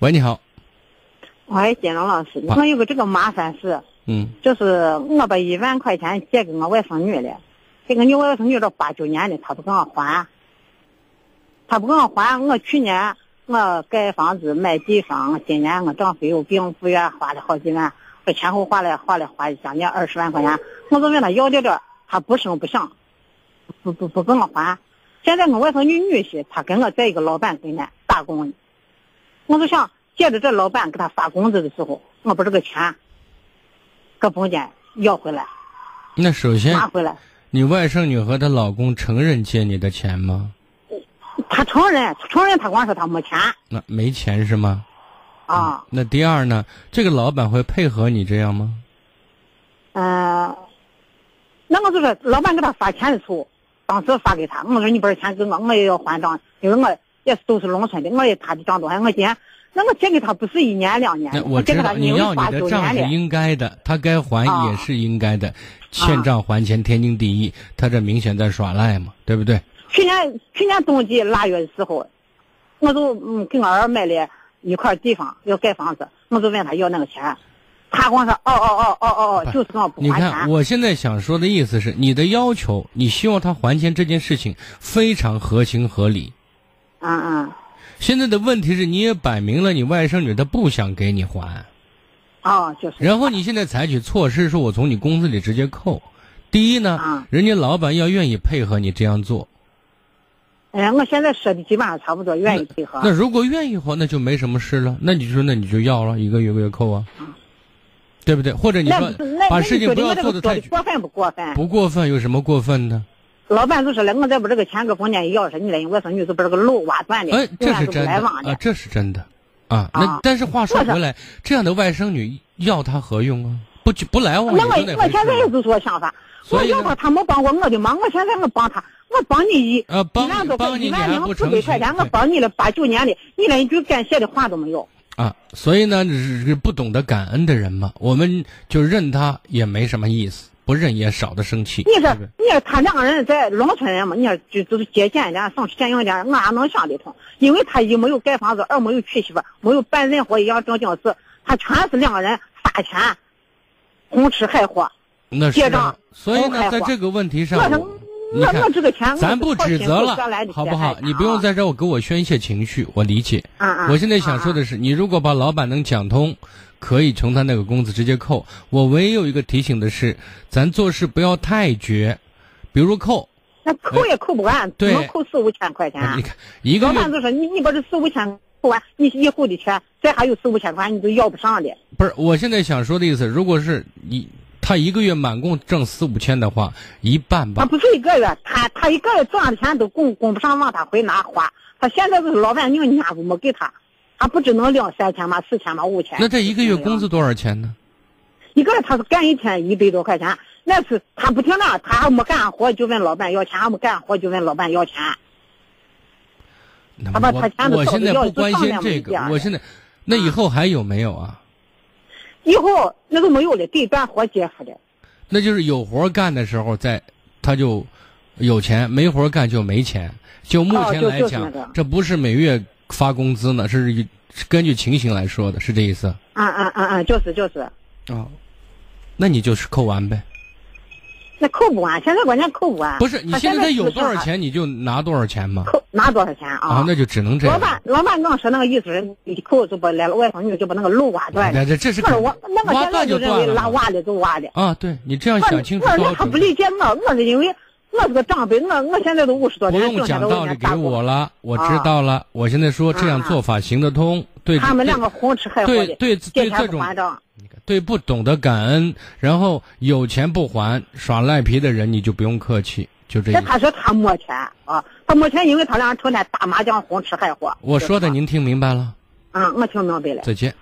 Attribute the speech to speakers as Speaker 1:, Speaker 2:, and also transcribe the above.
Speaker 1: 喂，你好，
Speaker 2: 喂，金龙老师，你说有个这个麻烦事，
Speaker 1: 嗯
Speaker 2: 就是我把一万块钱借给我外甥女了，这个女外甥女都八九年了，她不跟我还，她不跟我还。我去年我盖房子买地方，今年我丈夫有病住院，花了好几万，我前后花了花了花了将近二十万块钱，我就问她要点点，她不声不响，不不不跟我还。现在我外甥女女婿，他跟我在一个老板跟前打工呢，我就想借着这老板给他发工资的时候，我把这个钱。搁中间要回来，
Speaker 1: 那首先
Speaker 2: 拿回来。
Speaker 1: 你外甥女和她老公承认借你的钱吗？
Speaker 2: 他承认，他承认他跟我说他没钱
Speaker 1: 那没钱是吗？
Speaker 2: 啊，
Speaker 1: 那第二呢？这个老板会配合你这样吗？
Speaker 2: 嗯、那我就说老板给他发钱的时候，当时发给他，我说你把这钱给我，我也要还账，因为我也是都是农村的，我也他的账都还，我今天那我借给他不是一年两年
Speaker 1: 那，
Speaker 2: 哎我
Speaker 1: 我
Speaker 2: 借
Speaker 1: 知
Speaker 2: 给他
Speaker 1: 道你
Speaker 2: 有
Speaker 1: 要
Speaker 2: 八
Speaker 1: 你的
Speaker 2: 九
Speaker 1: 账
Speaker 2: 年
Speaker 1: 是
Speaker 2: 了，
Speaker 1: 应该的，他该还
Speaker 2: 啊
Speaker 1: 也是应该的，欠账还钱天经地义，他这明显在耍赖嘛，对不对？
Speaker 2: 去年去年冬季腊月的时候，我就嗯给我儿买了一块地方要盖房子，我就问他要那个钱，他跟我说哦哦哦哦哦哦，就是跟我不
Speaker 1: 你
Speaker 2: 还钱。
Speaker 1: 看，我现在想说的意思是，你的要求，你希望他还钱这件事情非常合情合理。
Speaker 2: 嗯嗯，
Speaker 1: 现在的问题是，你也摆明了你外甥女她不想给你还，
Speaker 2: 哦，就是，
Speaker 1: 然后你现在采取措施，说我从你工资里直接扣。第一呢
Speaker 2: 啊，
Speaker 1: 人家老板要愿意配合你这样做，
Speaker 2: 哎呀，我现在说的基本上差不多，愿意配合
Speaker 1: 那。如果愿意还，那就没什么事了。那你说，那你就要了，一个月一个月扣啊，对不对？或者你
Speaker 2: 那
Speaker 1: 说
Speaker 2: 那
Speaker 1: 把
Speaker 2: 那
Speaker 1: 事
Speaker 2: 你
Speaker 1: 情
Speaker 2: 说
Speaker 1: 不
Speaker 2: 的
Speaker 1: 要
Speaker 2: 我这
Speaker 1: 做的
Speaker 2: 个做
Speaker 1: 太
Speaker 2: 的
Speaker 1: 绝
Speaker 2: 过分不过分？
Speaker 1: 不过分，有什么过分的？
Speaker 2: 老板就说了，我再把这个钱给中间一要是你了，我说你就把这个楼挖断了，
Speaker 1: 哎，
Speaker 2: 永
Speaker 1: 这是
Speaker 2: 远都不
Speaker 1: 真
Speaker 2: 来
Speaker 1: 的
Speaker 2: 往
Speaker 1: 啊
Speaker 2: 的，。
Speaker 1: 这是真的啊。那
Speaker 2: 啊
Speaker 1: 但是话说
Speaker 2: 我
Speaker 1: 回来，这样的外甥女要她何用啊？不去不来往也
Speaker 2: 那我
Speaker 1: 就那
Speaker 2: 我
Speaker 1: 回
Speaker 2: 现在也
Speaker 1: 事嘛。
Speaker 2: 就是我想法，
Speaker 1: 所
Speaker 2: 我
Speaker 1: 以呢
Speaker 2: 要不他没帮过我的忙，我现在我帮他，我帮你一
Speaker 1: 啊帮
Speaker 2: 一万多块
Speaker 1: 帮你
Speaker 2: 一万
Speaker 1: 你还不
Speaker 2: 零四百块
Speaker 1: 成
Speaker 2: 钱，
Speaker 1: 群
Speaker 2: 我帮你了八九年的，你连一句感谢的话都没有。
Speaker 1: 啊，所以呢，是是不懂得感恩的人嘛，我们就认他也没什么意思，不认也少的生气。
Speaker 2: 你说
Speaker 1: 对不对，
Speaker 2: 你说他两个人在农村人嘛，你说就就是节俭一点，省吃俭用一点，我还能想得通。因为他一没有盖房子，二没有娶媳妇，没有办任何一样正经事，他全是两个人撒钱，红吃海喝。
Speaker 1: 那是
Speaker 2: 接着
Speaker 1: 啊所以
Speaker 2: 我还
Speaker 1: 呢，在
Speaker 2: 花
Speaker 1: 这个问题上，
Speaker 2: 我说
Speaker 1: 我你
Speaker 2: 我
Speaker 1: 看
Speaker 2: 我这个钱，
Speaker 1: 咱
Speaker 2: 我
Speaker 1: 不
Speaker 2: 是靠
Speaker 1: 指
Speaker 2: 辛
Speaker 1: 责
Speaker 2: 苦
Speaker 1: 了
Speaker 2: 赚来，的
Speaker 1: 好不
Speaker 2: 钱
Speaker 1: 好
Speaker 2: 来？的
Speaker 1: 你不用
Speaker 2: 啊
Speaker 1: 在这儿我给我宣泄情绪，我理解。
Speaker 2: 啊啊！
Speaker 1: 我现在想说的是，你如果把老板能讲通，可以从他那个工资直接扣。我唯一有一个提醒的是，咱做事不要太绝，比如扣，
Speaker 2: 那扣也扣不完，只
Speaker 1: 对
Speaker 2: 能扣四五千块钱。
Speaker 1: 你看一个
Speaker 2: 啊老
Speaker 1: 月
Speaker 2: 板就说你你把这四五千扣完，你以后的钱再还有四五千块，你就要不上的。
Speaker 1: 不是，我现在想说的意思，如果是你他一个月满共挣四五千的话，一半
Speaker 2: 他
Speaker 1: 吧。
Speaker 2: 不是一个月，他他一个月挣的钱都供供不上，往他回哪花？他现在就是老板娘家不没给他，他不只能领三千嘛、四千嘛、五千。
Speaker 1: 那这一个月工资多少钱呢？
Speaker 2: 一个月他是干一天一百多块钱，那是他不停那，他还没干活就问老板要钱，还没干活就问老板要钱。
Speaker 1: 那
Speaker 2: 他把啊他家
Speaker 1: 我
Speaker 2: 的
Speaker 1: 我
Speaker 2: 照
Speaker 1: 现在
Speaker 2: 着要
Speaker 1: 不
Speaker 2: 就
Speaker 1: 关
Speaker 2: 放
Speaker 1: 心
Speaker 2: 两
Speaker 1: 这
Speaker 2: 米
Speaker 1: 个
Speaker 2: 点，儿
Speaker 1: 我现在那以后还有没有啊？
Speaker 2: 以后那都没有了，得干活接夫的。
Speaker 1: 那就是有活干的时候在，他就有钱；没活干就没钱。就目前来
Speaker 2: 哦就就是
Speaker 1: 讲，
Speaker 2: 那个
Speaker 1: 这不是每月发工资呢，是是根据情形来说的，是这意思啊、
Speaker 2: 嗯嗯嗯嗯，就是就是，
Speaker 1: 那你就是扣完呗，
Speaker 2: 那扣不完，现在关键扣不完。
Speaker 1: 不是？你
Speaker 2: 啊他
Speaker 1: 现
Speaker 2: 在
Speaker 1: 在有
Speaker 2: 只
Speaker 1: 多少
Speaker 2: 剩下
Speaker 1: 钱你就拿多少钱嘛。
Speaker 2: 扣拿多少钱啊？
Speaker 1: 啊，那就只能这
Speaker 2: 老
Speaker 1: 样。
Speaker 2: 板，老板跟我说那个意思是，你扣就把来了外甥女就把那个路挖断了。
Speaker 1: 那这这是
Speaker 2: 我说我那我
Speaker 1: 挖
Speaker 2: 现在
Speaker 1: 断
Speaker 2: 就
Speaker 1: 就
Speaker 2: 认为
Speaker 1: 断
Speaker 2: 拉
Speaker 1: 了嘛
Speaker 2: 挖了就挖了。
Speaker 1: 啊！对你这样
Speaker 2: 我
Speaker 1: 想清楚
Speaker 2: 我
Speaker 1: 多
Speaker 2: 说
Speaker 1: 好
Speaker 2: 他
Speaker 1: 准
Speaker 2: 不。理解我，我是因为我是个长辈，我我现在都五十多
Speaker 1: 不
Speaker 2: 年，
Speaker 1: 用
Speaker 2: 剩下
Speaker 1: 讲
Speaker 2: 的
Speaker 1: 道
Speaker 2: 我
Speaker 1: 理
Speaker 2: 年
Speaker 1: 给
Speaker 2: 大
Speaker 1: 我
Speaker 2: 过。啊
Speaker 1: 了，我知道了。我现在说这样做法行得通，对
Speaker 2: 他们
Speaker 1: 对
Speaker 2: 两个混吃海喝
Speaker 1: 对
Speaker 2: 的，
Speaker 1: 对
Speaker 2: 借
Speaker 1: 对这
Speaker 2: 钱
Speaker 1: 种
Speaker 2: 不还账。
Speaker 1: 对不懂得感恩，然后有钱不还耍赖皮的人，你就不用客气，就这意
Speaker 2: 这
Speaker 1: 思。
Speaker 2: 他说他没钱啊，他没钱，因为他俩人成天打麻将、混吃海喝。
Speaker 1: 我说的
Speaker 2: 就是
Speaker 1: 您听明白了，
Speaker 2: 啊，嗯我听明白了。
Speaker 1: 再见。